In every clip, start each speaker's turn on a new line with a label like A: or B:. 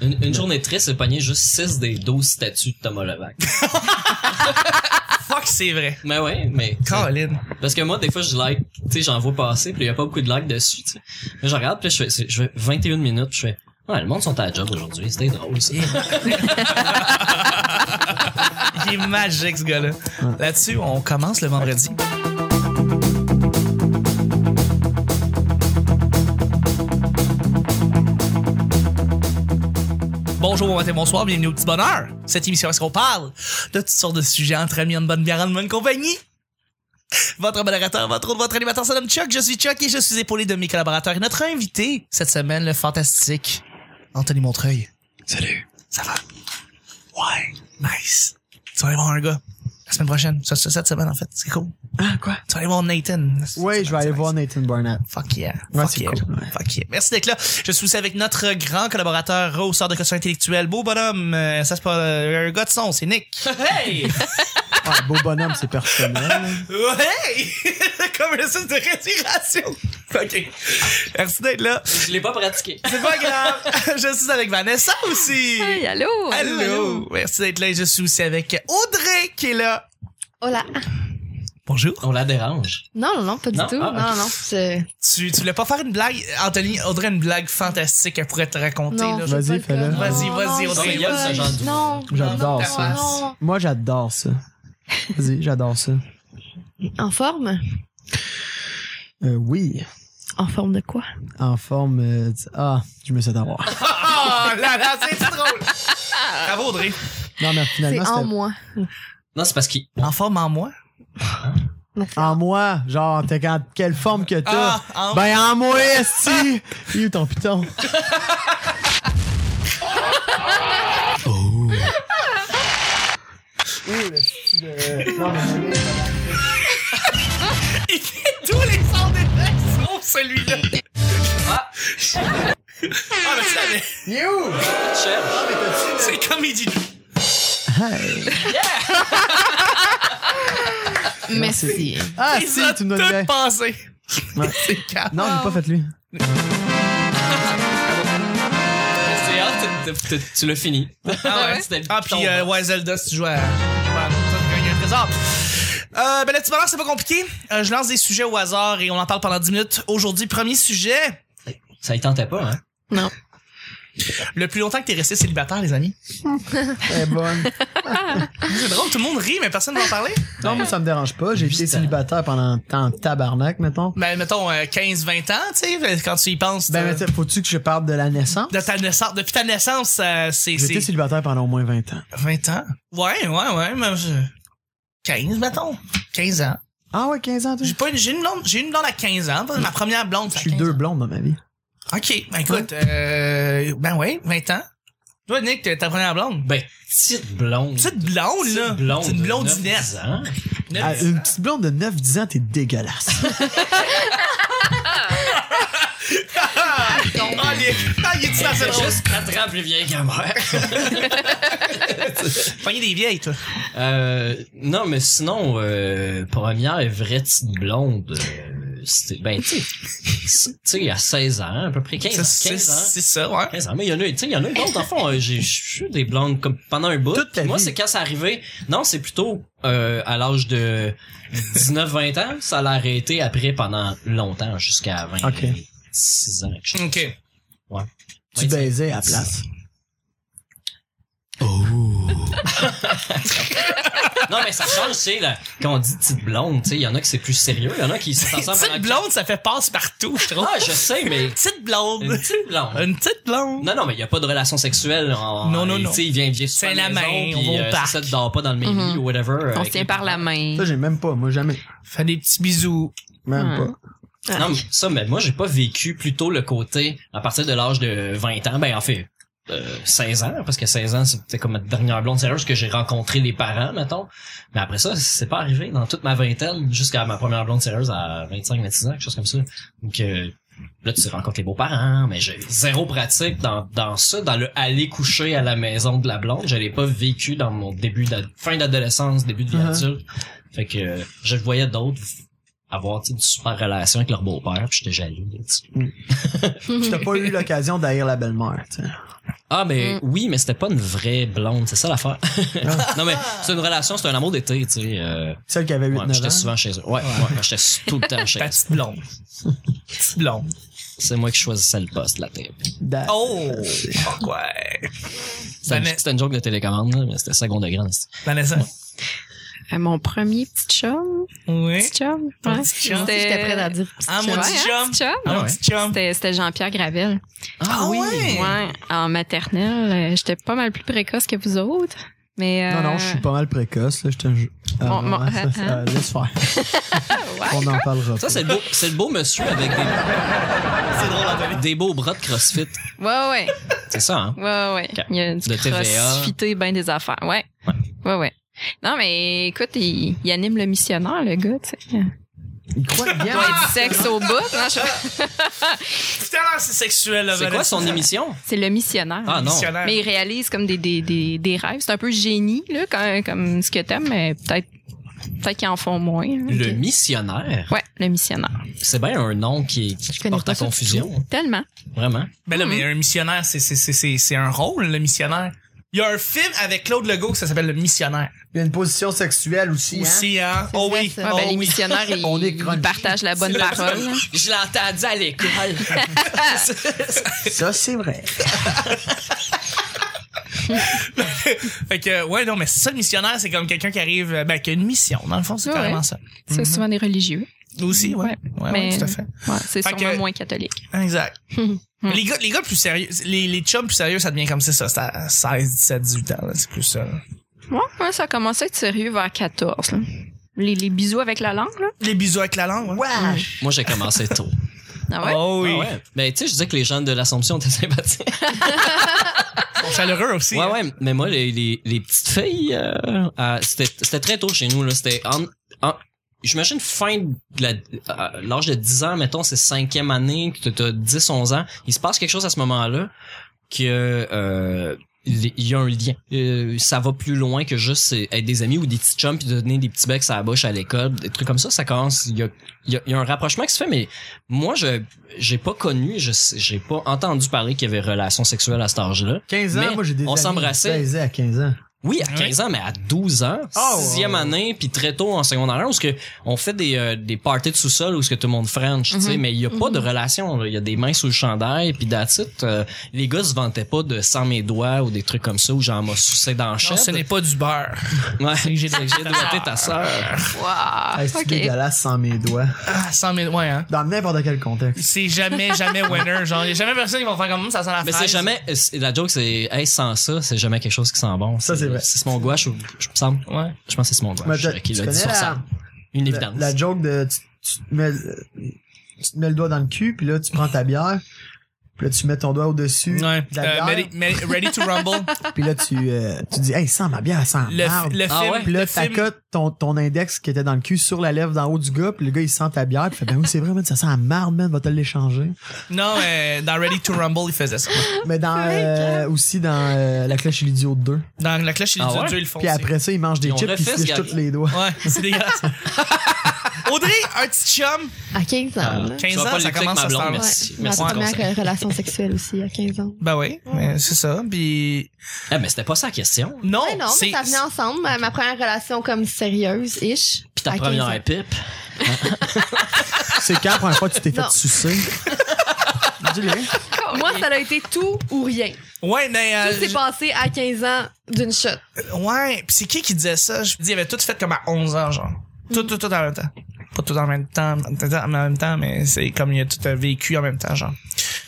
A: Une, une journée triste, c'est pogné juste 6 des 12 statues de Thomas Levac.
B: Fuck, c'est vrai.
A: mais ouais, mais...
B: Colin.
A: Parce que moi, des fois, je like, tu sais, j'en vois passer, puis il y a pas beaucoup de likes dessus, tu sais. Mais je regarde, puis je fais, c'est- je fais 21 minutes, puis je fais, ouais, le monde sont à la job aujourd'hui, c'était drôle, ça.
B: Il est magique, ce gars-là. Là-dessus, on commence le vendredi. Bonjour, bon matin, bonsoir, bienvenue au Petit Bonheur. Cette émission, est-ce qu'on parle de toutes sortes de sujets entre amis, en bonne bière, en bonne compagnie? Votre modérateur, votre autre, votre animateur, ça nomme Chuck. Je suis Chuck et je suis épaulé de mes collaborateurs. Et notre invité cette semaine, le fantastique Anthony Montreuil.
C: Salut.
B: Ça va? Ouais. Nice. Tu vas aller voir un gars la semaine prochaine. Ça, ça, cette semaine, en fait. C'est cool.
C: Ah, quoi?
B: Tu vas aller voir Nathan.
D: Oui, je vais aller voir Nathan Barnett.
B: Fuck yeah.
D: Ouais,
B: Fuck
D: c'est
B: yeah.
D: cool, ouais.
B: Fuck yeah. Merci d'être là. Je suis aussi avec notre grand collaborateur, rehausseur de caution intellectuelle. Beau bonhomme. euh, ça, c'est pas euh, un gars de son, c'est Nick.
A: Hey!
D: Ah, beau bonhomme, c'est personnel.
B: Ouais! Comme une espèce de retiration. OK. Merci d'être là.
A: je l'ai pas pratiqué.
B: C'est pas grave. je suis avec Vanessa aussi.
E: Hey, allô!
B: Allô. Merci d'être là. Et Je suis aussi avec Audrey qui est là.
E: Hola!
B: Bonjour.
A: On la dérange.
E: Non, non, non, pas du
A: Non?
E: tout.
A: Ah,
E: non, non, c'est...
B: Tu, tu voulais pas faire une blague? Anthony, Audrey, une blague fantastique qu'elle pourrait te raconter.
E: Non,
B: là.
E: je veux
D: Vas-y,
E: pas le
D: fais-le.
E: faire.
B: Vas-y,
E: Non,
B: vas-y,
E: non,
B: on en
E: je veux
A: rigole,
E: pas.
A: ce genre de-
E: Non!
D: J'adore
B: ta
D: ça.
B: face.
E: Non!
D: Moi, j'adore ça. Vas-y, j'adore ça.
E: En forme?
D: Euh, oui,
E: En forme de quoi?
D: en forme... euh, d- ah, je me sais d'avoir.
B: Oh là là, c'est drôle! Bravo, Audrey.
D: Non, mais
E: C'est
D: finalement,
E: en
D: c'était...
E: moi.
A: Non, c'est parce qu'il...
B: En forme en moi?
D: En moi, genre, t'es quand... Quelle forme que t'as?
B: Ah, en-
D: Ben, en moi, esti! You, ton piton. Oh, esti de- Non, mais-
B: Il fait tous les sons des textes, sauf celui-là. Ah! ah, mais ça, mais
D: You!
A: Chef.
B: c'est comme il dit.
D: Hey.
E: Merci.
D: Ah,
B: Il
D: si,
B: a
D: tu
B: tout
D: me donnes bien.
B: pensé.
D: Ouais.
B: C'est calme.
D: Non, j'ai pas fait lui.
A: C'est hâte, t'as- t'as- tu l'as fini.
B: Ah
A: ouais?
B: ouais?
A: C'était le
B: Ah,
A: piton,
B: puis euh,
A: hein.
B: ouais, Zelda, si tu joues à. gagner un trésor. Euh, ben, le petit bonheur, c'est pas compliqué. Euh, je lance des sujets au hasard et on en parle pendant 10 minutes. Aujourd'hui, premier sujet.
A: Ça y tentait pas, hein?
E: Non.
B: Le plus longtemps que t'es resté célibataire, les amis.
D: Eh, bonne.
B: C'est drôle, tout le monde rit, mais personne va en parler.
D: Non, moi, ça me dérange pas. J'ai été
A: Putain.
D: célibataire pendant tant tabarnak, mettons.
B: Ben, mettons, euh, 15-20 ans, tu sais, quand tu y penses.
D: Ben,
B: de-
D: mais t'sais, faut-tu que je parle de la naissance?
B: de ta naissance, depuis ta naissance, euh, c'est,
D: J'ai
B: c'est
D: été célibataire pendant au moins 20 ans.
B: 20 ans. Ouais, ouais, ouais, mais je- 15, mettons. 15 ans.
D: Ah ouais, 15 ans, toi?
B: J'ai pas une, j'ai une blonde, j'ai une blonde à 15 ans. pas Ma première blonde,
D: Je
B: ça a
D: suis
B: 15
D: deux
B: ans.
D: blondes dans ma vie.
B: OK, ben écoute, euh, ben ouais, 20 ans. Toi, Nick, t'es ta première blonde.
A: Ben, petite blonde.
B: Petite blonde,
A: Petite
B: là.
A: blonde.
B: Petite
A: de
B: blondinette.
A: 9 ans.
B: Neuf-
D: Ah, une petite blonde de 9-10 ans, t'es dégueulasse.
B: Ah, il est, ah, il est tout à fait
A: C'est
B: drôle.
A: juste 4 ans plus vieille qu'à moi.
B: Pogner des vieilles, toi.
A: Euh, non, mais sinon, euh, première vraie petite blonde, euh, c'était, ben, tu sais, tu sais, il y a 16 ans, à peu près 15,
B: C'est-
A: 15 ans.
B: C'est ça, ouais.
A: 15 ans, mais il y en a, tu sais, il y en a d'autres, en fond, euh, j'ai, j'ai eu des blondes comme pendant un bout.
D: Toute ta
A: Moi,
D: vie.
A: c'est quand c'est arrivé, non, c'est plutôt, euh, à l'âge de 19, 20 ans, ça l'a arrêté après pendant longtemps, jusqu'à 26
D: Ok.
A: ans. quelque chose.
B: OK.
D: tu baisais à la place.
A: Non, mais ça change, tu sais, là, quand on dit petite blonde, tu sais, il y en a qui c'est plus sérieux, il y en a qui sont ensemble pendant-
B: Petite blonde, ça fait passe partout, je trouve.
A: Ah, je sais, mais
B: Petite
A: Une
B: blonde.
A: petite blonde.
B: Une petite blonde.
A: Non, non, mais il n'y a pas de relation sexuelle. En,
B: Euh, Non, non,
A: tu
B: non.
A: sais, Il vient, il vient sur
B: C'est la
A: maison,
B: main,
A: puis,
B: on va au
A: euh,
B: parc.
A: c'est Ça, tu dors pas dans le même
E: Mhm.
A: lit ou whatever. euh,
E: On
A: avec
E: se tient
A: les
E: par la
A: parents.
E: main.
D: Ça, j'ai même pas. Moi, jamais.
B: Fais des petits bisous.
D: Même
E: Hmm.
D: pas.
A: Non, mais ça, mais moi, j'ai pas vécu plutôt le côté, à partir de l'âge de 20 ans, ben, en fait, euh, 16 ans, parce que 16 ans, c'était comme ma dernière blonde sérieuse que j'ai rencontré les parents, mettons. Mais après ça, c'est pas arrivé dans toute ma vingtaine, jusqu'à ma première blonde sérieuse à 25, 26 ans, quelque chose comme ça. Donc, euh, là, tu rencontres les beaux-parents, mais j'ai zéro pratique dans, dans ça, dans le aller coucher à la maison de la blonde. Je l'ai pas vécu dans mon début, d'ad- fin d'adolescence, début de vie
D: Mhm.
A: adulte. Fait que, euh, je le voyais d'autres avoir tu sais, une super relation avec leur beau-père, puis j'étais jaloux. tu sais.
D: T'as pas eu l'occasion d'haïr la belle-mère, tu sais.
A: Ah, mais
E: Mm.
A: oui, mais c'était pas une vraie blonde, c'est ça l'affaire. non, mais c'est une relation, c'est un amour d'été, tu sais. euh,
D: Celle qui avait 8
A: ouais,
D: 9
A: j'étais
D: ans.
A: souvent chez eux. Ouais, ouais. ouais, j'étais tout le temps chez
B: Ta
A: eux.
B: petite blonde. petite blonde.
A: C'est moi qui choisissais le poste, la table.
D: Da-
B: Oh! ouais.
A: C'était une,
B: Mais-
A: c'était une joke de télécommande, là, mais c'était second degré. en esti.
B: Vanessa.
E: À Euh, mon premier petit chum.
B: Oui.
E: Petit chum.
B: Hein? Ton
E: ouais.
B: petit chum.
E: C'était- J'étais prête à dire petit
B: Ah, mon
E: chum.
B: petit
E: Ouais, hein,
B: chum.
E: petit chum.
B: Ah,
A: ouais.
B: mon petit chum.
E: C'était c'était Jean-Pierre Gravel.
B: Ah oui.
E: Ouais, en maternelle, euh, j'étais pas mal plus précoce que vous autres. Mais euh,
D: Non, non, je suis pas mal précoce, là, je te jure. Ah,
E: Bon,
D: non,
E: bon,
D: ça, ça,
E: hein?
D: laisse faire. On en parlera
A: Ça,
D: pas.
A: c'est le beau, c'est le beau monsieur avec des,
B: C'est drôle, Anthony.
A: des beaux bras de CrossFit.
E: Ouais, ouais,
A: C'est ça, hein?
E: ouais, ouais.
A: Ok.
E: Il y a du
A: De TVA.
E: crossfité, ben des affaires. Ouais.
A: Ouais.
E: ouais, ouais. Non, mais écoute, il, il anime le missionnaire, le gars, tu sais. Il
D: Il croit bien.
E: doit être sexe au bout. Non, je-
B: Tout à l'heure, c'est sexuel, là,
A: C'est quoi
B: Vanessa.
A: son émission?
E: C'est le missionnaire.
A: Ah non.
B: Missionnaire.
E: Mais il réalise comme des, des, des, des rêves. C'est un peu génie, là, quand- comme ce que t'aimes, mais peut-être peut-être qu'ils en font moins. hein.
A: Le missionnaire.
E: Ouais, le missionnaire.
A: C'est bien un nom qui, qui
E: Je connais
A: porte
E: pas
A: à
E: ça du
A: confusion. hein.
E: Tellement.
A: Vraiment.
B: Ben
E: hum.
B: là, mais un missionnaire, c'est, c'est, c'est, c'est, c'est un rôle, le missionnaire. Il y a un film avec Claude Legault, ça s'appelle Le Missionnaire.
D: Il y a une position sexuelle aussi. hein?
B: Aussi, hein? Oh
E: Ouais,
B: oui.
E: ben,
B: oh
E: les
B: oui.
E: missionnaires, ils,
D: On est
E: ils
D: crunchy.
E: partagent la bonne
B: C'est le-
E: parole. hein.
A: Je l'ai entendu à l'école.
D: hein? Ça, c'est vrai.
B: Fait que, ouais, non, mais ça, le missionnaire, c'est comme quelqu'un qui arrive, euh, ben, qui a une mission. Dans le fond, c'est
E: Ouais,
B: carrément
E: ouais.
B: ça.
E: hein.
A: Mhm.
E: C'est souvent des religieux.
B: Aussi, ouais.
E: Ouais,
B: Ouais, ouais,
E: mais-
B: tout à fait.
E: Ouais, c'est
B: Fait
E: sûrement
B: que-
E: moins catholique.
B: Hein, Exact.
E: Hum.
B: les, gars, les gars plus sérieux, les, les chums plus sérieux, ça devient comme ça, ça. C'est à 16, 17, 18 ans, là. C'est plus ça. là.
E: Ouais, ouais, ça a commencé à être sérieux vers 14. là. Les, les bisous avec la langue, là.
B: Les bisous avec la langue, ouais.
D: Wesh!
A: Moi, j'ai commencé tôt.
E: Ah ouais?
B: Oh oui.
A: Ah ouais. Mais tu sais, je disais que les gens de l'Assomption étaient sympathiques.
B: Ils sont chaleureux aussi.
A: Ouais,
B: hein.
A: ouais. Mais moi, les, les, les petites filles, euh, à- c'était c'était très tôt chez nous. là. C'était en, en- J'imagine fin de la- à l'âge de 10 ans, mettons, c'est cinquième année, que t'as- t'as 10, 11 ans. Il se passe quelque chose à ce moment-là que euh, il y a un lien. Euh, ça va plus loin que juste c'est être des amis ou des petits chums puis donner des petits becs à la bouche à l'école, des trucs comme ça. Ça commence. Il y a, il y a- il y a un rapprochement qui se fait, mais moi, je j'ai pas connu, je sais- j'ai pas entendu parler qu'il y avait relation sexuelle à cet âge-là.
D: 15 ans,
A: Mais
D: moi, j'ai des
A: on
D: amis qui
A: s'embrassait.
D: baisaient à 15 ans.
A: Oui, à 15 ans, mais à 12 ans,
D: Ah Oh,
A: sixième
D: wow.
A: année, puis très tôt en secondaire, où ce que on fait des, euh, des parties de sous-sol, où ce que tout le monde French, tu sais,
E: Mhm.
A: mais il y a pas de relation. là. Il y a des mains sous le chandail, puis d'attitude, les gars se vantaient pas de sans mes doigts ou des trucs comme ça, où genre m'a sucé dans le
B: Non, ce n'est pas du beurre.
A: Ouais, j'ai j'ai doigté ta sœur.
D: Ah,
B: Oh.
E: Wow.
A: Ah,
D: Hey, c'est
E: OK.
D: dégueulasse sans mes doigts.
B: Ah, 100 000, ouais, hein.
D: Dans n'importe quel contexte.
B: C'est jamais, jamais winner. Genre, y a jamais personne qui va faire comme hmm, ça, ça sent la
A: Mais c'est
B: fraise.
A: jamais euh, c'est- la joke, c'est hey sans ça, c'est jamais quelque chose qui sent bon.
D: Ça, c'est vrai.
A: C'est mon gouache, ou- je me semble.
B: Ouais.
A: Je pense que c'est mon gouache.
D: Mais t'as-
A: euh, qui
D: tu
A: l'a dit
D: connais
A: sur
D: la-
A: scène. Une
D: La,
A: évidence.
D: la joke de tu, tu te mets, le- tu te mets le doigt dans le cul, puis là, tu prends ta bière, puis là, tu mets ton doigt au-dessus
B: Ouais.
D: de la bière,
B: Euh, ready, mais- ready to rumble.
D: puis là, tu, euh, tu dis « Hey, sens ma bière, sens
B: Le,
D: marde.
B: le
A: Ah
B: film.
A: ouais?
D: Puis là,
B: le film.
D: t'accotes ton, ton index qui était dans le cul sur la lèvre d'en haut du gars, puis le gars, il sent ta bière, puis il fait « Ben oui, c'est vrai, man, ça sent la marde, man, va-t-elle l'échanger?
B: Non, euh, dans Ready to Rumble, il faisait ça. »
D: Mais dans,
A: hein?
D: euh, aussi dans euh, La Cloche et l'idiot 2.
B: Dans la cloche et les
A: Ah
B: dieux,
A: ouais?
B: Dieu, ils le font.
D: Puis
B: aussi.
D: après ça, il mange des
A: Ils ont
D: chips, puis il
A: refait
D: se
A: ce
D: lèche
A: gag-là.
D: tous les doigts.
B: Ouais, c'est dégueulasse. Audrey, un petit chum,
E: À 15 ans, là.
B: 15
A: vas pas
B: ans,
A: lutter
B: ça
A: avec
B: commence
A: ma
B: à se
A: blonde,
B: faire.
A: mais-
E: Ouais,
A: Ah, Merci.
E: ma
A: Merci de
E: première
A: conseil.
E: euh, relation sexuelle aussi, à 15 ans.
B: Ben oui, mais c'est ça. Puis
A: Ah, mais c'était pas ça la question.
B: non,
E: Ouais, non,
B: Oh, c'est
E: mais ça venait ensemble. Ma, ma première relation comme sérieuse-ish.
A: Puis ta
E: à 15 ans.
A: première pipe.
D: C'est quand la première fois que tu t'es
E: Non.
D: fait sucer? Dis-le.
E: Moi, ça a été tout ou rien.
B: Ouais, mais euh,
E: Tout s'est passé à 15 ans d'une shot.
B: je- ouais, puis c'est qui qui disait ça Je dis, il avait tout fait comme à 11 ans genre. Tout tout tout en même temps. Pas tout en même temps, en même temps, mais c'est comme il a tout euh, vécu en même temps genre.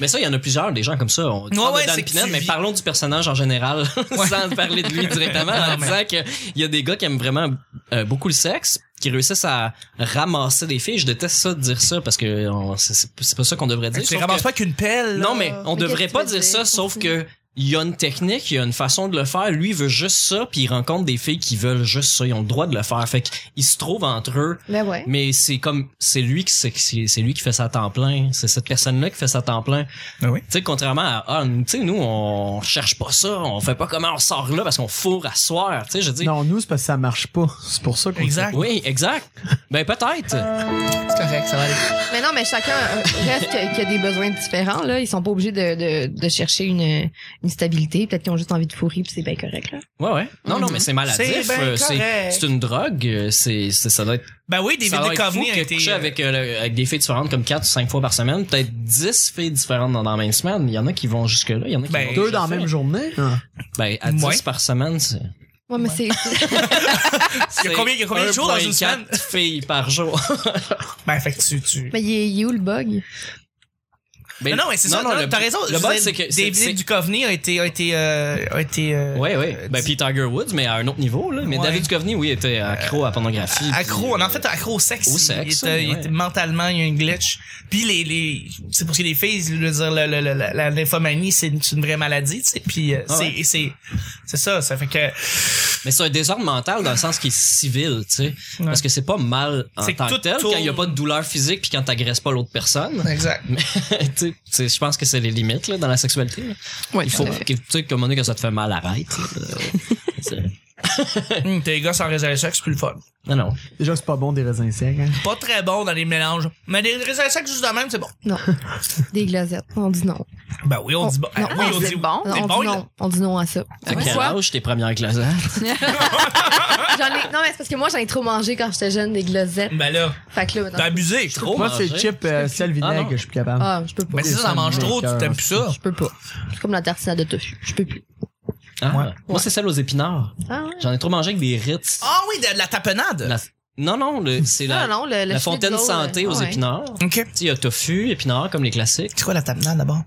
A: Mais ça, il y en a plusieurs, des gens comme ça. On
B: Ouais,
A: parle
B: ouais,
A: de Dan
B: c'est que
A: Pinette,
B: tu
A: mais
B: vis.
A: parlons du personnage en général, sans parler de lui directement, en
B: Non, mais-
A: disant qu'il y a des gars qui aiment vraiment euh, beaucoup le sexe, qui réussissent à ramasser des filles. Je déteste ça de dire ça, parce que on- c'est- c'est c'est pas ça qu'on devrait dire.
B: Tu
A: sauf
B: ramasses
A: que-
B: pas qu'une pelle. là.
A: Non, mais on
E: Mais
A: devrait
E: qu'est-ce
A: pas
E: que tu
A: dire
E: veux
A: ça,
E: dire,
A: sauf
E: aussi?
A: que il y a une technique, il y a une façon de le faire. Lui il veut juste ça, puis il rencontre des filles qui veulent juste ça. Ils ont le droit de le faire. Fait qu'ils se trouvent entre eux,
E: Ben ouais.
A: mais c'est comme c'est lui qui c'est- c'est c'est lui qui fait ça à temps plein. C'est cette personne là qui fait ça à temps plein.
B: Ah oui.
A: Tu sais, contrairement à, ah, nous, tu sais, nous, on cherche pas ça, on fait pas comment on sort là parce qu'on fourre à soir, tu sais, je dis.
D: Non, nous, c'est parce que ça marche pas. C'est pour ça qu'on
B: Exact.
A: Oui, exact. Ben peut-être.
B: C'est correct, ça va aller.
C: Mais non, mais chacun euh, reste que- qu'il y a des besoins différents. Là. Ils sont pas obligés de, de, de chercher une, une stabilité. Peut-être qu'ils ont juste envie de fourrir, puis c'est bien correct. Là.
A: Ouais, ouais. Non, non, mais c'est maladif.
B: C'est ben
A: euh, C'est
B: correct.
A: c'est une drogue. euh, C'est c'est- ça doit être.
B: Ben oui, David
A: ça doit être fou
B: Duchovny a
A: que
B: été.
A: coucher avec, euh, le- avec des filles différentes comme 4 ou 5 fois par semaine, peut-être 10 filles différentes dans, dans la même semaine. Il y en a qui vont jusque-là. Il y en a qui
B: Ben,
A: vont
D: Deux
A: déjà
D: dans la
A: faire.
D: même journée. Ah.
A: Ben, à 10
B: Ouais.
A: par semaine, c'est.
C: Ouais, mais c'est.
B: Il y a combien, il y a combien de jours dans une semaine?
A: 1,4 filles par jour.
B: Ben, fait que tu. tu...
C: mais il est, il est où le bug?
A: Ben,
B: non, non, mais c'est ça. Non,
A: le-
B: t'as raison. je
A: Le bug,
B: disais,
A: c'est que. c'est- c'est-
B: David Duchovny a été. A été, euh, a été euh,
A: Ouais, ouais. Ben, puis Tiger Woods, mais à un autre niveau, là. Mais
B: Ouais. Euh,
A: David Duchovny, oui, était accro à la pornographie.
B: Accro,
A: puis, euh,
B: en fait, accro au sexe.
A: au sexe,
B: Il était, il
A: ouais.
B: était mentalement, il y a un glitch. Puis les, les, c'est pour ce qui est des filles, je veux dire, la, la, la, la- la lymphomanie, c'est une, c'est une vraie maladie, tu sais. Puis euh,
A: Ah
B: c'est,
A: ouais.
B: et c'est, c'est ça, ça fait que,
A: Mais c'est un désordre mental dans le sens qui est civil, tu sais. Parce que c'est pas mal en
B: C'est que
A: tant
B: tout
A: que tel
B: tourne-
A: quand il y a pas de douleur physique puis quand t'agresses pas l'autre personne.
B: Exact.
A: Tu sais, c'est- je pense que c'est les limites là, dans la sexualité. là.
E: Ouais,
A: Il faut
E: tout à
A: que
E: fait.
A: tu sais comme on dit que ça te fait mal arrête. là. C'est-
B: Hum, T'es gars sans raisin sec, c'est plus le fun.
A: non non.
D: Déjà, c'est pas bon des raisins secs. hein.
B: Pas très bon dans les mélanges. Mais des raisins secs juste de même, c'est bon.
C: Non. des glazettes. On dit non.
B: Ben oui, on dit bon.
C: non,
B: Ah oui,
C: on
B: on
C: dit
B: dit
E: bon.
C: Non,
B: T'es
C: on
B: bon,
C: dit
B: là.
C: non. On dit non à ça.
A: T'as quel
E: Pourquoi?
A: âge tes premières glaçades
C: J'en ai- Non, mais c'est parce que moi, j'en ai trop mangé quand j'étais jeune, des glazettes.
B: Ben là,
C: Fait que là,
B: t'as
C: maintenant.
B: abusé.
A: Trop
D: Moi, c'est
A: manger.
D: chip, euh, sel,
A: Ah,
D: vinaigre,
A: non.
D: je suis plus capable.
C: Ah, je peux pas.
B: Ben c'est ça, t'en manges trop, tu t'aimes plus ça.
C: Je peux pas. C'est comme la tartinade de tofu. Je peux plus.
A: Ah,
B: Ouais.
A: Moi c'est celle aux épinards.
C: Ah, ouais.
A: J'en ai trop mangé avec des Ritz.
B: Ah oui, de, de la tapenade.
A: La- Non non, le- c'est la,
C: Ah, non, le- le
A: la
C: filet
A: fontaine
C: d'eau, euh,
A: santé aux
C: ouais.
A: épinards.
B: Ok.
A: Tu sais, Il y a tofu, épinards comme les classiques.
B: C'est quoi la tapenade d'abord?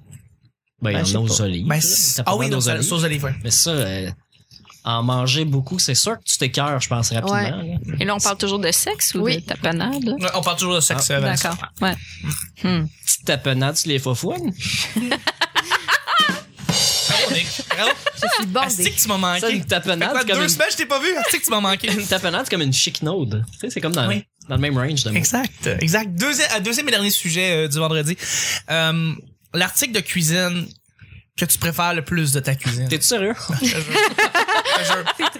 A: Ben,
C: Ben,
A: il
C: je
A: y
C: sais
A: en a aux
C: pas.
A: olives.
B: Ben,
A: là.
B: c'est-
A: T'as pas
B: ah oui,
A: mal
B: non,
A: aux
B: c'est la
A: olives.
B: sauce olive, ouais.
A: Mais ça, euh, en manger beaucoup, c'est sûr que tu t'écœures, je pense, rapidement. là.
E: Et là, on parle toujours de sexe ou
C: Oui.
E: de tapenade?
B: Ouais, On parle toujours de sexe.
A: Ah.
B: euh, Vanessa.
E: D'accord. Ouais. Hmm.
A: Petite tapenade sur les fofouines.
B: Bravo, Nick. Bravo.
C: Je suis
B: Asti
C: bordée.
B: que tu m'as manqué.
A: Ça, une
B: Fait
A: tapenade,
B: quoi,
A: c'est comme
B: deux
A: une,
B: semaines, je t'ai pas vu. Asti que tu m'as manqué.
A: une tapenade, c'est comme une chicnaude. Tu sais, c'est comme dans,
B: Oui.
A: dans le même range de mots.
B: Exact, exact. Deuxième, euh, deuxième et dernier sujet euh, du vendredi. Euh, L'article de cuisine que tu préfères le plus de ta cuisine.
A: T'es-tu sérieux?
B: Je te jure. Je te jure.
C: C'est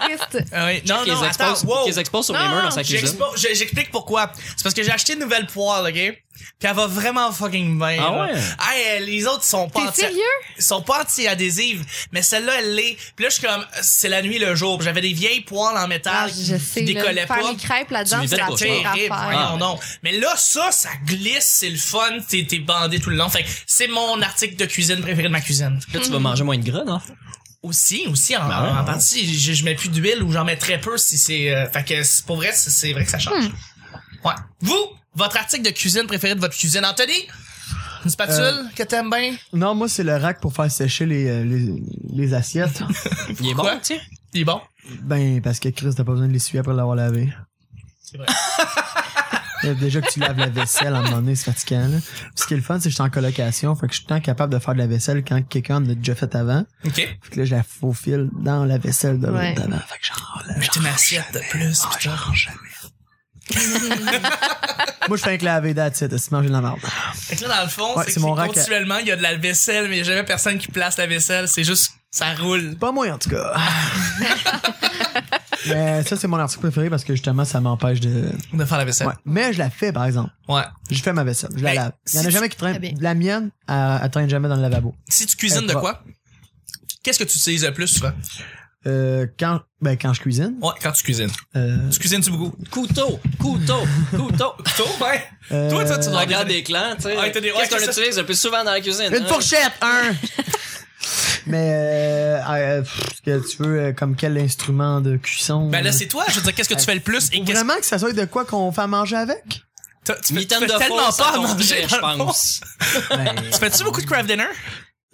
C: triste.
B: Ah oui. Non,
A: Qu'ils
B: non, attends.
A: exposent-
B: wow.
A: qu'ils exposent sur les
C: Non,
A: murs dans sa cuisine.
B: J'expo- je- J'explique pourquoi. C'est parce que j'ai acheté une nouvelle poêle, OK? Puis elle va vraiment fucking bien.
A: Ah
B: là.
A: ouais?
B: Hey, euh, les autres sont pas
C: T'es
B: anti-
C: sérieux?
B: Ils sont pas anti-adhésives, mais celle-là, elle l'est. Puis là, je suis comme, c'est la nuit, le jour. Puis J'avais des vieilles poêles en
C: Ah,
B: métal
C: je
B: qui
C: sais. là,
B: décollaient
C: faire
B: pas.
C: les crêpes là-dedans,
A: Tu les
C: c'est
A: fais
C: la
A: pas,
B: terrible, Ah.
C: pire affaire.
B: voyons donc. Mais là, ça, ça glisse, c'est le fun, t'es, t'es bandé tout le long. Fait que c'est mon article de cuisine préféré de ma cuisine.
A: Là,
C: Mhm.
A: tu vas manger moins de gras, non?
B: Aussi, aussi, en,
A: Ben ouais,
B: en
A: ouais.
B: partie, je, je mets plus d'huile ou j'en mets très peu si c'est, euh, fait que c'est- pour vrai, c'est, c'est vrai que ça change.
C: Hmm.
B: Ouais. Vous, votre article de cuisine préféré de votre cuisine, Anthony? Une spatule
D: Euh,
B: que t'aimes bien?
D: Non, moi, c'est le rack pour faire sécher les, euh, les, les assiettes.
A: Il est
B: Quoi?
A: bon, tiens.
B: Il est bon.
D: ben, parce que Chris, t'as pas besoin de l'essuyer après l'avoir lavé.
B: C'est vrai.
D: Euh, Déjà que tu laves la vaisselle, à un moment donné, c'est fatigant. Là. Puis Ce qui est le fun, c'est que je suis en colocation, fait que je suis tout le temps capable de faire de la vaisselle quand quelqu'un en a déjà fait avant.
B: OK.
D: Fait que là, je la faufile dans la vaisselle de l'autre
C: Ouais.
D: d'avant. Fait que genre, là,
B: Mets une assiette de plus. pis tout.
D: Moi, je fais un clavé d'assiette, c'est manger de la merde.
B: Fait que là, dans le fond,
D: Ouais,
B: c'est,
D: c'est
B: que
D: mon rack à-
B: continuellement, il y a de la vaisselle, mais il y a jamais personne qui place la vaisselle. C'est juste, ça roule.
D: Pas moi, en tout cas. Mais ça, c'est mon article préféré parce que justement, ça m'empêche de.
B: De faire la vaisselle.
D: Ouais. Mais je la fais, par exemple.
B: Ouais.
D: Je fais ma vaisselle, je la
B: Mais
D: lave. Il y en
B: si
D: a
B: tu-
D: jamais qui
C: Ah bien.
D: traîne. La mienne, elle, elle traîne jamais dans le lavabo.
B: Si tu cuisines de
D: Euh,
B: quoi? Qu'est-ce que tu utilises le plus souvent?
D: Euh, quand, ben, quand je cuisine,
B: Ouais, quand tu cuisines.
D: euh,
B: Tu cuisines-tu beaucoup?
A: Couteau, couteau, couteau.
B: Toi, ben!
D: euh,
B: Toi, toi, tu
A: Tu
B: dois
A: regardes
B: regarder.
A: des clans, tu sais.
B: Ouais, Ah, t'as des- ouais,
A: Qu'est-ce qu'on
B: c'est ça.
A: utilise le plus souvent dans la cuisine?
D: Une
A: hein?
D: fourchette, un! Mais, euh, euh, pff, ce que tu veux, euh, comme quel instrument de cuisson?
B: Ben là,
D: euh,
B: c'est toi. Je veux dire, qu'est-ce que tu fais le plus et
D: Faut
B: qu'est-ce que
D: Vraiment que ça soit de quoi qu'on fait à manger avec?
B: t'as- tu fais, tu
A: Mitaine
B: fais
A: de faux,
B: tellement
A: ça
B: pas à
A: tombe
B: manger,
A: bien, je
B: dans le fond.
A: pense.
D: Ben,
B: Tu fais-tu beaucoup de craft dinner?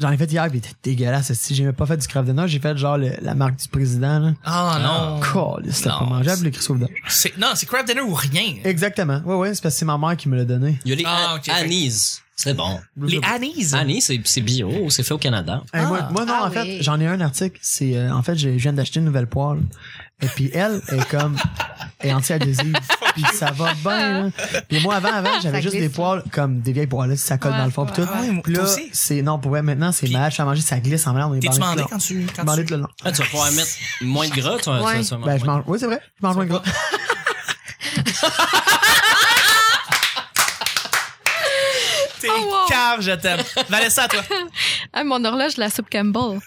D: J'en ai fait hier, pis c'était dégueulasse. Si j'ai même pas fait du craft dinner, j'ai fait genre le- la marque du président, là.
B: Ah non.
C: Oh,
D: Cool, c'était pas
B: Non,
D: mangeable, le Christophe Daum.
B: C'est, non, c'est craft dinner ou rien.
D: Eh, Exactement. Ouais, ouais, c'est parce que c'est ma mère qui me l'a donné.
A: Il y a les
B: Ah,
A: an-
B: ok, fait-
A: anises. C'est bon.
B: Les anises.
A: Anis, c'est c'est bio, c'est fait au Canada.
D: Hey, moi, moi, non,
C: Ah
D: en fait,
C: oui.
D: j'en ai un article. C'est euh, en fait, je je viens d'acheter une nouvelle poêle. Et puis elle est comme est anti-adhésive.
B: Oh,
D: puis ça va bien. hein. Puis moi avant, avant, j'avais
C: Ah. Ça
D: juste des
C: glisse.
D: poêles comme des vieilles poêles, là, ça colle
C: Ouais,
D: dans le fond puis
B: ouais.
D: tout.
B: Ah ouais, moi
D: Puis là,
B: aussi.
D: c'est non pour vrai, maintenant c'est
B: Puis-
D: match à manger, ça glisse en même temps, on est
B: T'es-tu
D: bandé
B: mandé
D: tout
B: quand tu.
D: le long.
B: Quand
D: Bandé
B: tu...
D: tout le long.
A: Ah, tu vas pouvoir mettre moins de gras, toi.
C: Ouais.
A: tu vas- tu vas
D: Ben je
A: manger
D: mange. Oui, c'est vrai. Je mange moins de gras.
B: T'es
E: Oh, wow.
B: cave, je t'aime. Vanessa, à toi.
E: Ah, mon horloge de la soupe Campbell.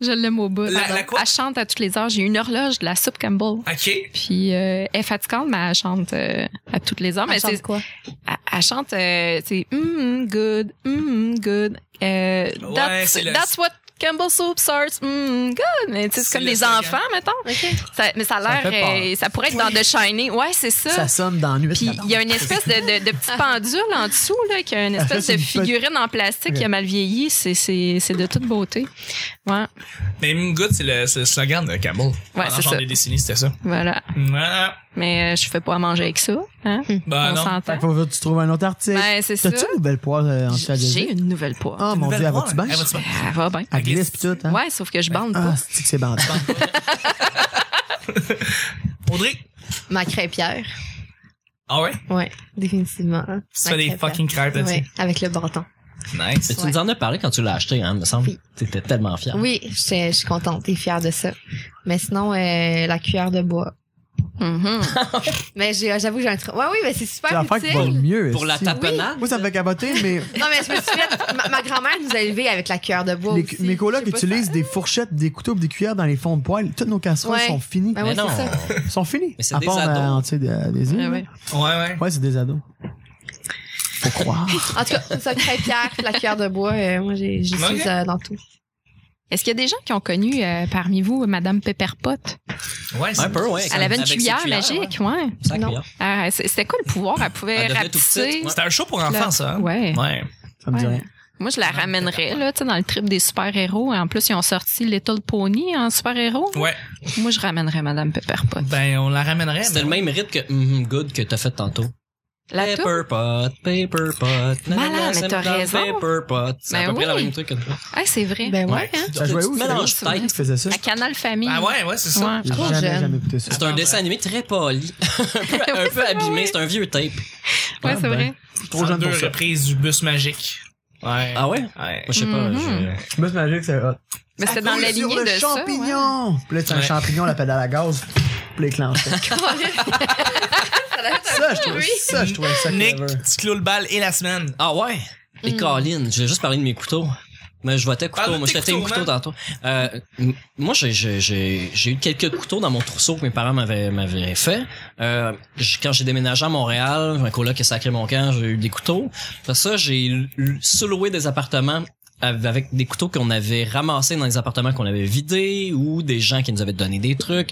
E: Je l'aime au bout.
B: La-
E: pardon.
B: la quoi?
E: Elle chante à toutes les heures. J'ai une horloge de la soupe Campbell.
B: OK.
E: Puis euh, elle est fatigante, mais elle chante euh, à toutes les heures. Mais
C: Elle chante
E: c'est-
C: quoi?
E: elle, elle chante, euh, c'est mm, mm, good, mm, mm, good. Euh, that's,
B: c'est le-
E: that's what Campbell Soup starts, mm, mm, good. Mais tu sais,
B: C'est
E: c'est comme
B: le
E: les
B: slogan.
E: enfants, mettons. Ça- mais ça a
D: Ça
E: l'air,
D: fait peur.
E: euh, ça pourrait être dans The Shining. Ouais, c'est ça.
D: Ça sonne dans nuit.
E: Puis il y a une espèce de, de, de petite pendule en dessous, là, qui a une
D: Ah, ça,
E: espèce
D: c'est
E: de
D: une petite-
E: figurine en plastique qui a mal vieilli. C'est, c'est, c'est de toute beauté. Ouais,
B: Mais Mmm Good, c'est le, c'est le slogan de Campbell. Pendant
E: c'est
B: genre
E: ça.
B: des décennies, c'était ça.
E: voilà.
B: Voilà.
E: Mais euh, je fais pas à manger avec ça. Hein?
B: Ben
E: On
B: non.
E: s'entend.
D: Faut que tu trouves un autre article.
E: Ben, c'est ça.
D: T'as-tu une nouvelle poire euh, en
E: J- J'ai
D: Tchad
E: une nouvelle poire.
D: Ah, mon
B: Nouvelle
D: dieu, elle
B: voix, hein?
D: va-tu bien?
B: Elle va-tu bien?
E: Elle va bien.
D: Elle glisse pis tout, hein?
E: Ouais, sauf que je bande
D: Ah,
E: pas.
D: c'est que c'est bandé.
B: Audrey?
C: Ma crêpière.
B: Ah ouais?
C: Ouais, définitivement. hein.
B: Tu
C: Ma
B: fais des
C: crêpière.
B: fucking crêpes là-dessus.
C: Ouais, avec le bâton.
B: Nice.
A: Mais tu nous en as parlé quand tu l'as acheté, hein, me semble.
C: Oui.
A: T'étais tellement fier.
C: Oui, j'étais- je suis contente et fière de ça. Mais sinon, euh, la cuillère de bois.
E: Mhm.
D: Ah.
C: Mais j'ai- j'avoue que j'ai un truc. Ouais, oui, mais c'est
D: C'est
C: super
D: l'affaire qui va
C: utile.
D: mieux.
A: Pour la
D: esti.
A: tapenade.
D: Moi, ça me fait capoter, mais
C: Non, mais je me suis fait- ma, ma grand-mère nous a élevés avec la cuillère de bois.
D: les-
C: aussi.
D: mes
C: Je
D: colocs
C: sais pas
D: utilisent des fourchettes, des couteaux pis des cuillères dans les fonds de poêle. Toutes nos casseroles
C: Ouais.
D: sont finies.
C: Ben
A: Mais
C: ouais,
A: non.
C: c'est ça.
D: sont finis.
A: Mais c'est
D: à
A: des
D: part
A: ados.
D: euh, en, tu sais, de- des îles,
E: Ouais,
D: là.
E: ouais.
B: Ouais, ouais.
D: Ouais, c'est des ados. Faut croire.
C: En tout cas, ça crêpière, la cuillère de bois, euh, moi j'ai j'utilise
B: Ok.
C: euh, dans tout.
E: Est-ce qu'il y a des gens qui ont connu euh, parmi vous Madame Pepperpot?
B: Ouais, c'est-
A: Un peu, ouais.
E: Elle avait une
A: Avec ses
E: cuillère
A: cuillères,
E: magique, ouais.
A: Sa
C: Non.
A: cuillère.
E: Ah, c'est- C'était quoi le pouvoir? Elle pouvait
A: Elle devenait tout
E: rapetisser.
A: petite,
B: C'était un show pour enfants, ça. hein?
E: Ouais.
B: Ouais.
D: Ça me dit
E: Ouais.
D: rien.
E: Moi, je la ramènerais là, tu sais, dans le trip des super-héros. En plus, ils ont sorti Little Pony en super-héros.
B: Ouais.
E: Moi, je ramènerais Madame Pepperpot.
B: Ben, on la ramènerait.
A: C'était
B: mais-
A: le même rythme que Mhm Good que t'as fait tantôt.
E: La tour?
A: Paperpot, Paperpot.
E: Malade, mais t'as raison.
A: Paperpot. C'est à
E: Ben
A: peu près le
E: oui.
A: même truc que toi.
E: Ah, c'est vrai.
C: Ben ouais.
B: Ouais.
C: hein.
D: Ça jouait où?
A: Tu
D: ça?
A: mélanges
E: C'est vrai.
A: tête.
D: Tu faisais ça?
E: À Canal Famille.
A: Ben,
B: Ah ouais, ouais, c'est ça.
E: Ouais.
D: J'ai
C: Trop
D: jamais,
C: jeune.
D: jamais écouté ça.
A: C'est un dessin animé très poli. un peu, un peu abîmé, c'est un vieux tape.
E: Ouais, c'est
D: Ah, ben.
E: vrai.
D: Trop jeune
B: deux
D: pour ça.
B: reprises du bus magique. Ouais.
A: Ah ouais? Moi,
B: Ouais.
A: je sais pas.
E: Mhm.
A: je-
D: Je me suis magique, c'est hot.
E: Mais c'était dans la
D: Sur
E: lignée
D: le
E: de ça. ouais.
D: champignon! Puis là, c'est un
B: Ouais.
D: champignon, la pédale à gaz. Puis l'éclenché. ça, je trouvais ça, je trouvais ça
B: Nick,
D: clever.
B: tu clôt le bal et la semaine.
A: Ah ouais? Les Colin, je vais juste parler de mes couteaux. Mais je votais couteau.
B: Parle de
A: moi,
B: tes
A: j'étais team
B: couteaux,
A: couteau
B: man.
A: tantôt. Euh, m- moi, j'ai- j'ai j'ai- j'ai eu quelques couteaux dans mon trousseau que mes parents m'avaient m'avaient fait. Euh, j- quand j'ai déménagé à Montréal, un coloc qui a sacré mon camp, j'ai eu des couteaux. Après ça, j'ai l- sous-loué des appartements av- avec des couteaux qu'on avait ramassés dans les appartements qu'on avait vidés ou des gens qui nous avaient donné des trucs.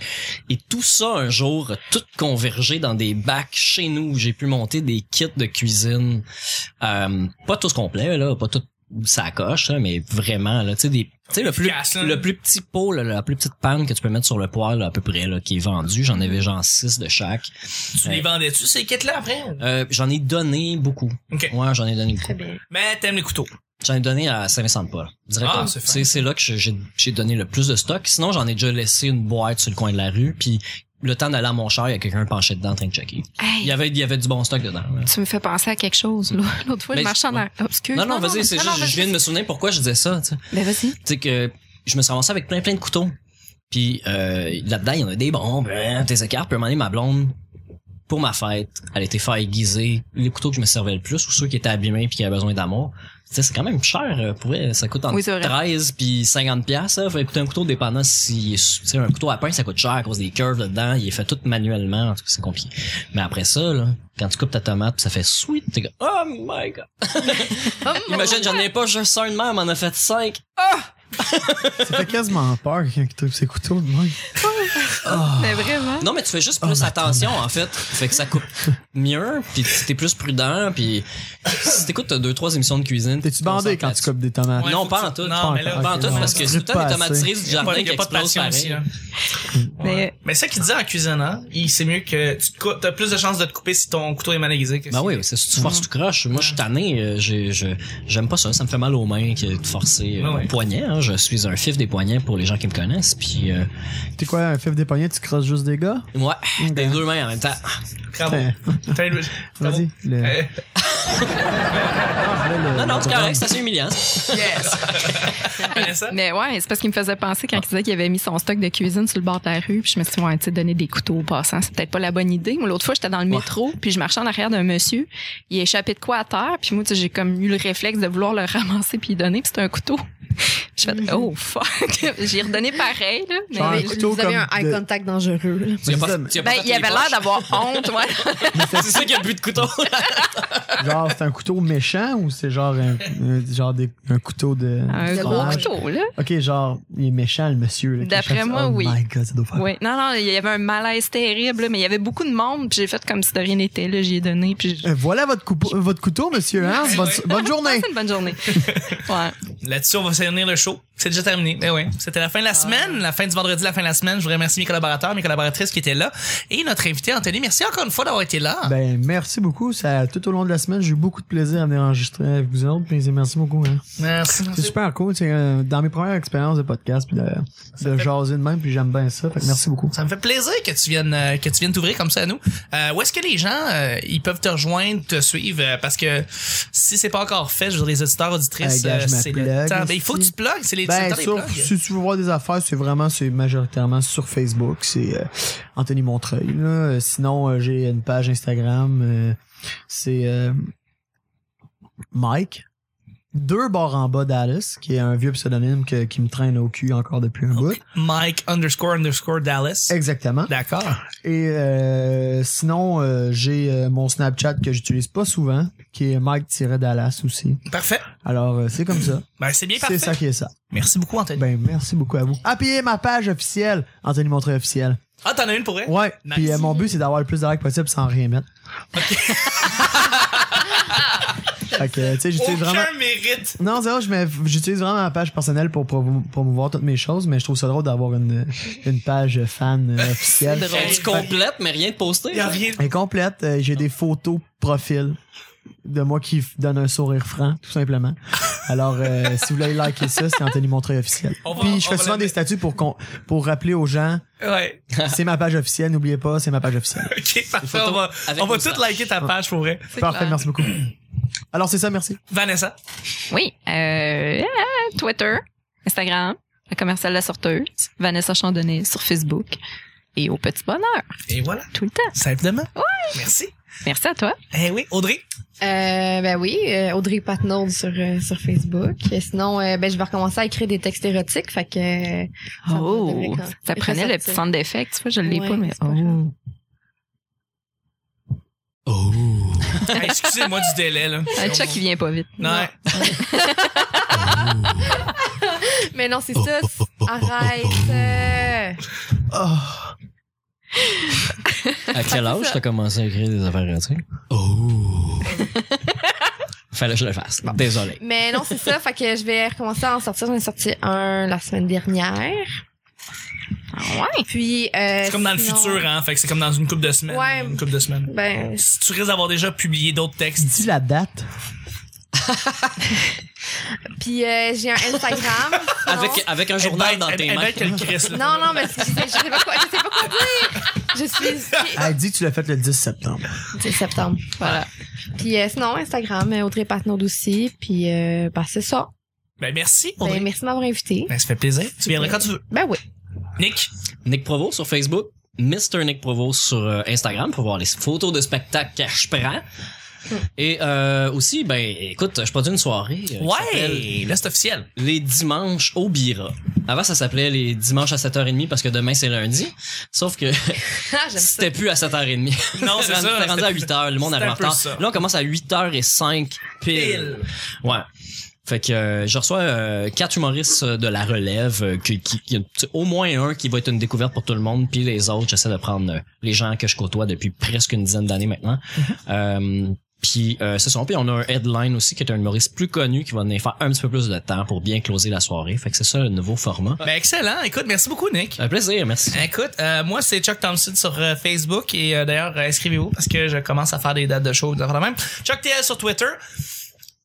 A: Et tout ça, un jour, tout convergé dans des bacs chez nous où j'ai pu monter des kits de cuisine. Euh, pas tous complets, là, pas tout ça coche, là, mais vraiment, là, tu sais, des, tu sais, le plus,
B: Efficace, hein?
A: le plus petit pot, là, la plus petite panne que tu peux mettre sur le poêle, là, à peu près, là, qui est vendue. J'en avais genre six de chaque.
B: Tu
A: Ouais.
B: les vendais-tu, ces kits-là, après?
A: Euh, j'en ai donné beaucoup.
B: Ok.
A: Ouais, j'en ai donné
C: Très
A: beaucoup.
C: bien.
B: Mais t'aimes les couteaux.
A: J'en ai donné à Saint-Vincent-de-Paul.
B: Ah,
A: Directement.
B: c'est
A: c'est, c'est là que je- j'ai, j'ai donné le plus de stock. Sinon, j'en ai déjà laissé une boîte sur le coin de la rue, puis le temps d'aller à mon char, il y a quelqu'un penché dedans en train de checker. Il
E: Hey,
A: y avait, il y avait du bon stock dedans. là.
E: tu me fais penser à quelque chose. là. L'autre fois,
D: Ben,
A: Mais
E: je marchais en
A: c'est-
E: arrière. Oh, excuse.
A: Non, non, vas-y, c'est
E: non,
A: juste,
E: non,
A: je viens de me souvenir pourquoi je disais ça, tu sais.
E: Ben, vas-y.
A: tu sais que je me suis ramassé avec plein plein de couteaux. Puis euh, là-dedans, il y en a des bons, ben, tes écarts. Puis à un moment donné, ma blonde, pour ma fête, elle était faire aiguiser les couteaux que je me servais le plus ou ceux qui étaient abîmés puis qui avaient besoin d'amour. Tu sais, c'est quand même cher euh, pour elle. Ça coûte entre
E: Oui, c'est vrai.
A: 13 puis 50 pièces. Fait écouter un couteau dépendant si tu sais un couteau à pain ça coûte cher à cause des curves dedans, il est fait tout manuellement, en tout cas c'est compliqué. Mais après ça là, quand tu coupes ta tomate, puis ça fait sweet, t'es comme oh my god.
E: Oh,
A: Imagine, j'en ai pas juste un de même, on en a fait cinq.
D: Ça fait quasiment peur, quelqu'un qui trouve ses couteaux de même.
E: Mais vraiment.
A: Non, mais tu fais juste plus attention, en fait. Fait que ça coupe mieux, puis t'es plus prudent, puis si t'écoutes t'as deux, trois émissions de cuisine...
D: T'es-tu bandé quand tu coupes des tomates?
B: Ouais,
A: Non,
B: faut
A: pas
B: que
A: en
B: tu-
A: tout.
B: Non,
D: Pas
B: mais là,
D: encore.
A: Pas en
D: Ok,
A: tout,
D: ouais.
A: parce que c'est tout le temps
D: Pas
A: des
D: assez.
A: tomates cerises du
B: y a pas-
A: jardin
B: y
A: qui
B: a pas de
A: explosent
B: passion ici,
A: pareil.
B: là. Ouais. Mais ça qu'il dit en cuisinant, il c'est mieux que tu te cou- t'as plus de chances de te couper si ton couteau est mal aiguisé. Que
A: Ben
B: si-
A: oui, c'est si tu forces, tu croches. Moi, je suis tanné. euh, j'ai- je- J'aime pas ça. Ça me fait mal aux mains que de forcer euh,
B: Ouais, ouais.
A: un poignet. hein. Je suis un fif des poignets pour les gens qui me connaissent. Puis, euh, Mm,
D: T'es quoi, un fif des poignets, tu crosses juste des gars?
A: ben. ouais, des deux mains en même temps.
B: Bravo.
D: Putain.
B: T'as- t'as-
D: Vas-y. le-
B: Euh,
A: Non, non, c'est correct, c'est assez humiliant.
B: Yes! Vanessa?
E: Mais ouais, c'est parce qu'il me faisait penser quand il disait qu'il avait mis son stock de cuisine sur le bord de la rue. Puis je me suis dit, ouais, tu sais, donner des couteaux aux passants, c'est peut-être pas la bonne idée. Moi, l'autre fois, j'étais dans le métro, puis je marchais en arrière d'un monsieur. Il a échappé de quoi à terre, puis moi, tu sais, j'ai comme eu le réflexe de vouloir le ramasser puis lui donner, puis c'était un couteau. Je fait, oh fuck! J'ai redonné pareil, là. mais-
D: Genre un
C: Mais
D: couteau
C: Ben, vous avez
D: comme
C: un eye
D: de-
C: contact dangereux. là.
A: Tu as pas-
D: c'est ça, mais-
A: tu as pas
E: Ben,
A: fait
E: il
A: les
E: avait l'air
A: poches.
E: d'avoir honte, ouais.
A: C'est ça qui a le but de couteau.
D: Genre, c'est un couteau méchant ou c'est genre un, un- genre des- un couteau de.
E: Un
D: de
E: gros
D: sauvage?
E: couteau, là.
D: Ok, genre, il est méchant, le monsieur. là, qui
E: D'après
D: chasse-
E: moi,
D: oh
E: oui.
D: my god, ça doit faire.
E: Oui, non, non, il y avait un malaise terrible, là, mais il y avait beaucoup de monde, puis j'ai fait comme si de rien n'était, là, j'y ai donné, puis j'ai-
D: Euh, Voilà votre, coupo- euh, votre couteau, monsieur. Hein? Bonne, bonne journée.
E: C'est une bonne journée. Ouais.
B: Là-dessus, on va finir le show. C'est déjà terminé. Ben oui. C'était la fin de la semaine, la fin du vendredi, la fin de la semaine. Je voudrais remercier mes collaborateurs, mes collaboratrices qui étaient là. Et notre invité, Anthony, merci encore une fois d'avoir été là.
D: Ben, merci beaucoup. Ça, tout au long de la semaine, j'ai eu beaucoup de plaisir à venir enregistrer avec vous autres. puis merci beaucoup. hein.
B: merci.
D: C'est super cool. C'est euh, dans mes premières expériences de podcast, puis de, de jaser de même, puis j'aime bien ça. Fait que merci beaucoup.
B: Ça me fait plaisir que tu viennes euh, que tu viennes t'ouvrir comme ça à nous. Euh, où est-ce que les gens euh, ils peuvent te rejoindre, te suivre euh, parce que si c'est pas encore fait, je veux dire, les auditeurs auditrices, euh,
D: Hey, gars, je me
B: c'est le
D: plug
B: temps. Ben, il faut que tu
D: ici.
B: plugues, c'est les c'est le
D: Ben,
B: temps des
D: sur-
B: plugs.
D: si tu veux voir des affaires, c'est vraiment, c'est majoritairement sur Facebook. C'est euh, Anthony Montreuil. là. Euh, Sinon, euh, j'ai une page Instagram. euh, c'est euh, Mike. Deux barres en bas Dallas, qui est un vieux pseudonyme que- qui me traîne au cul encore depuis un bout.
B: Mike underscore underscore Dallas.
D: Exactement.
B: D'accord.
D: Et euh, sinon, euh, j'ai euh, mon Snapchat que j'utilise pas souvent, qui est Mike-Dallas aussi.
B: Parfait.
D: Alors, euh, c'est comme ça.
B: Ben c'est bien parfait.
D: C'est ça qui est ça.
B: Merci beaucoup Anthony.
D: Ben, merci beaucoup à vous. Appuyez ma page officielle, Anthony Montreuil officiel.
B: Ah, t'en as une pour vrai?
D: Ouais.
B: Nice.
D: Puis euh, mon but, c'est d'avoir le plus de likes possible sans rien mettre. fait que, euh, tu sais,
B: Aucun
D: j'utilise vraiment.
B: mérite.
D: Non, c'est vrai, je mets- j'utilise vraiment ma page personnelle pour promo- promouvoir toutes mes choses, mais je trouve ça drôle d'avoir une, une page fan euh, officielle.
E: C'est drôle.
A: Elle se complète, mais rien de posté.
B: Il y a rien de
D: Incomplète, euh, j'ai des photos profil de moi qui f- donne un sourire franc, tout simplement. Alors, euh, si vous voulez liker ça, c'est Anthony Montreuil officiel.
B: On va-
D: Puis je
B: on
D: fais
B: va
D: souvent
B: la
D: des
B: mettre.
D: statuts pour, qu'on- pour rappeler aux gens,
B: Ouais.
D: c'est ma page officielle, n'oubliez pas, c'est ma page officielle.
B: OK, parfait.
A: photo
B: On va,
A: avec
B: on va
A: moustache.
B: tout liker ta page pour vrai.
E: C'est
D: Parfait,
E: clair.
D: merci beaucoup. Alors, c'est ça, merci.
B: Vanessa.
E: Oui, euh, euh, Twitter, Instagram, la commerciale La Sorteuse, Vanessa Chandonnet sur Facebook et au petit bonheur,
B: Et voilà.
E: tout le temps.
B: Simplement. Ouais. Merci.
E: Merci à toi.
B: Eh oui, Audrey.
C: Euh, ben oui, euh, Audrey Patnaud sur, euh, sur Facebook. Et sinon, euh, ben, je vais recommencer à écrire des textes érotiques. Fait que, euh, ça devrait
E: Oh,
C: quand-
E: ça prenait le
C: ressortir.
E: petit centre d'effet, tu vois, je l'ai
C: Ouais,
E: pas, mais
C: c'est pas grave.
E: oh.
B: Hey, Excusez-moi du délai, là.
E: oh. Un Ah, Chuck qui vient pas vite.
B: Non,
C: Mais non, c'est ça. c'est- Arrête. euh.
D: Oh,
A: À quel âge t'as commencé à écrire des affaires érotiques? Oh! Fallait que je le fasse. Désolé.
C: Mais non, c'est ça. Fait que je vais recommencer à en sortir. J'en ai sorti un la semaine dernière.
E: Ah Ouais.
C: Puis, euh,
B: c'est comme dans le
C: sinon-
B: futur, hein. Fait que c'est comme dans une coupe de semaines.
C: Ouais.
B: Une coupe de semaines.
C: Ben,
B: Si tu risques d'avoir déjà publié d'autres textes,
D: dis la date.
C: puis euh, j'ai un Instagram. sinon-
A: Avec, avec un journal dans tes mains.
B: que le Chris, là.
C: Non, non, mais je sais, je sais pas quoi, je sais pas quoi dire. Je suis
D: Elle dit que tu l'as fait le 10 septembre.
C: 10 septembre.
E: Voilà.
C: Puis euh, sinon, Instagram, euh, Audrey Patnaud aussi. Puis, euh, ben, c'est ça.
B: Ben, merci, Audrey.
C: Ben, merci de m'avoir invité.
B: Ben, ça fait plaisir. Tu viendras quand tu veux.
C: Ben oui.
B: Nick.
A: Nick Provo sur Facebook, Mr. Nick Provo sur euh, Instagram pour voir les photos de spectacles que je prends. Et euh, aussi, ben écoute, je produis une soirée. euh, qui s'appelle
B: Ouais. Là, c'est officiel.
A: Les dimanches au Bira. Avant, ça s'appelait les dimanches à 7h30 parce que demain, c'est lundi. Sauf que
C: Ah, J'aime ça.
A: c'était plus à 7h30.
B: Non, c'est ça,
A: C'était rendu à
B: c'était-
A: 8h. Le monde
B: c'était
A: arrive en
B: un peu
A: retard.
B: ça.
A: Là, on commence à 8h05 pile.
B: Pile.
A: Ouais. Fait que euh, je reçois euh, quatre humoristes euh, de la relève, euh, qui, qui- qui- tu- au moins un qui va être une découverte pour tout le monde, puis les autres, j'essaie de prendre euh, les gens que je côtoie depuis presque une dizaine d'années maintenant.
B: Mm-hmm.
A: Euh, puis euh, c'est ça. Puis on a un headline aussi qui est un humoriste plus connu qui va venir faire un petit peu plus de temps pour bien closer la soirée. Fait que c'est ça le nouveau format.
B: Ben, excellent. Écoute, merci beaucoup, Nick.
A: Un plaisir, merci.
B: Écoute, euh, moi c'est Chuck Thompson sur euh, Facebook et euh, d'ailleurs euh, inscrivez-vous parce que je commence à faire des dates de show, des affaires de même. Chuck TL sur Twitter.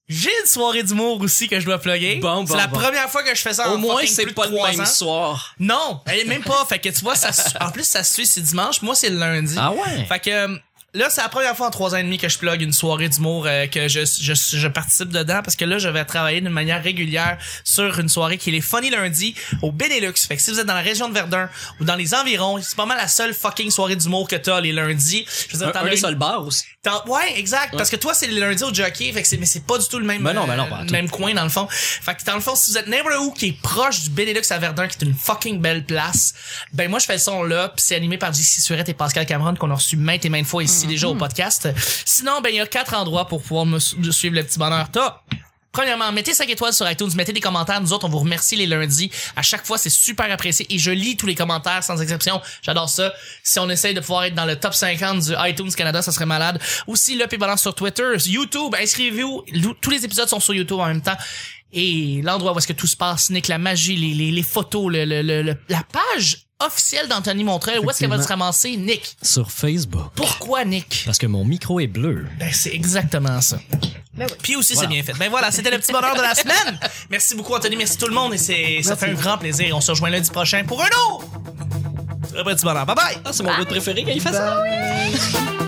B: J'ai une soirée d'humour aussi que je dois plugger.
A: Bon, bon,
B: c'est la
A: bon.
B: première fois que je fais ça.
A: Au
B: en
A: moins
B: Ah, fucking
A: c'est
B: plus de
A: pas le
B: trois
A: même
B: ans.
A: soir.
B: Non, elle est même pas. Fait que tu vois, ça se- en plus ça se suit c'est dimanche. Moi c'est le lundi.
A: Ah ouais.
B: Fait que euh, Là, c'est la première fois en trois ans et demi que je plug une soirée d'humour, euh, que je, je, je participe dedans, parce que là, je vais travailler d'une manière régulière sur une soirée qui est les Funny Lundi au Benelux. Fait que si vous êtes dans la région de Verdun ou dans les environs, c'est pas mal la seule fucking soirée d'humour que t'as les lundis. Je veux dire,
A: Un,
B: t'en
A: un
B: as
A: des
B: une-
A: seuls bars aussi.
B: T'en- Ouais, exact. Parce que toi, c'est le lundi au jockey, fait que c'est, mais c'est pas du tout le même,
A: Ben non, ben non,
B: euh,
A: pas du
B: le
A: tout.
B: même coin, dans le fond. Fait que, dans le fond, si vous êtes n'importe où qui est proche du Benelux à Verdun, qui est une fucking belle place, ben, moi, je fais le son là, pis c'est animé par JC Surette et Pascal Cameron, qu'on a reçu maintes et maintes fois ici,
A: Mhm.
B: déjà au podcast. Sinon, ben, il y a quatre endroits pour pouvoir me su- suivre le petit bonheur. T'as Premièrement, mettez 5 étoiles sur iTunes, mettez des commentaires. Nous autres, on vous remercie les lundis. À chaque fois, c'est super apprécié et je lis tous les commentaires sans exception. J'adore ça. Si on essaye de pouvoir être dans le top 50 du iTunes Canada, ça serait malade. Aussi, le Balance sur Twitter, YouTube, inscrivez-vous. Lou- Tous les épisodes sont sur YouTube en même temps. Et l'endroit où est-ce que tout se passe, Nick, la magie, les, les, les photos, le, le- le- le- la page officielle d'Anthony Montreuil, où est-ce qu'elle va se ramasser, Nick?
A: Sur Facebook.
B: Pourquoi, Nick?
A: Parce que mon micro est bleu.
B: Ben, c'est exactement ça.
C: Ben oui.
B: Puis aussi,
A: Voilà.
B: c'est bien fait. Ben voilà, c'était le petit bonheur de la semaine. Merci beaucoup, Anthony. Merci tout le monde. Et c'est, ça fait un grand plaisir. On se rejoint lundi prochain pour un autre. Très petit bonheur. Bye bye.
A: Ah, c'est mon bout préféré quand il fait ça.
D: Bye.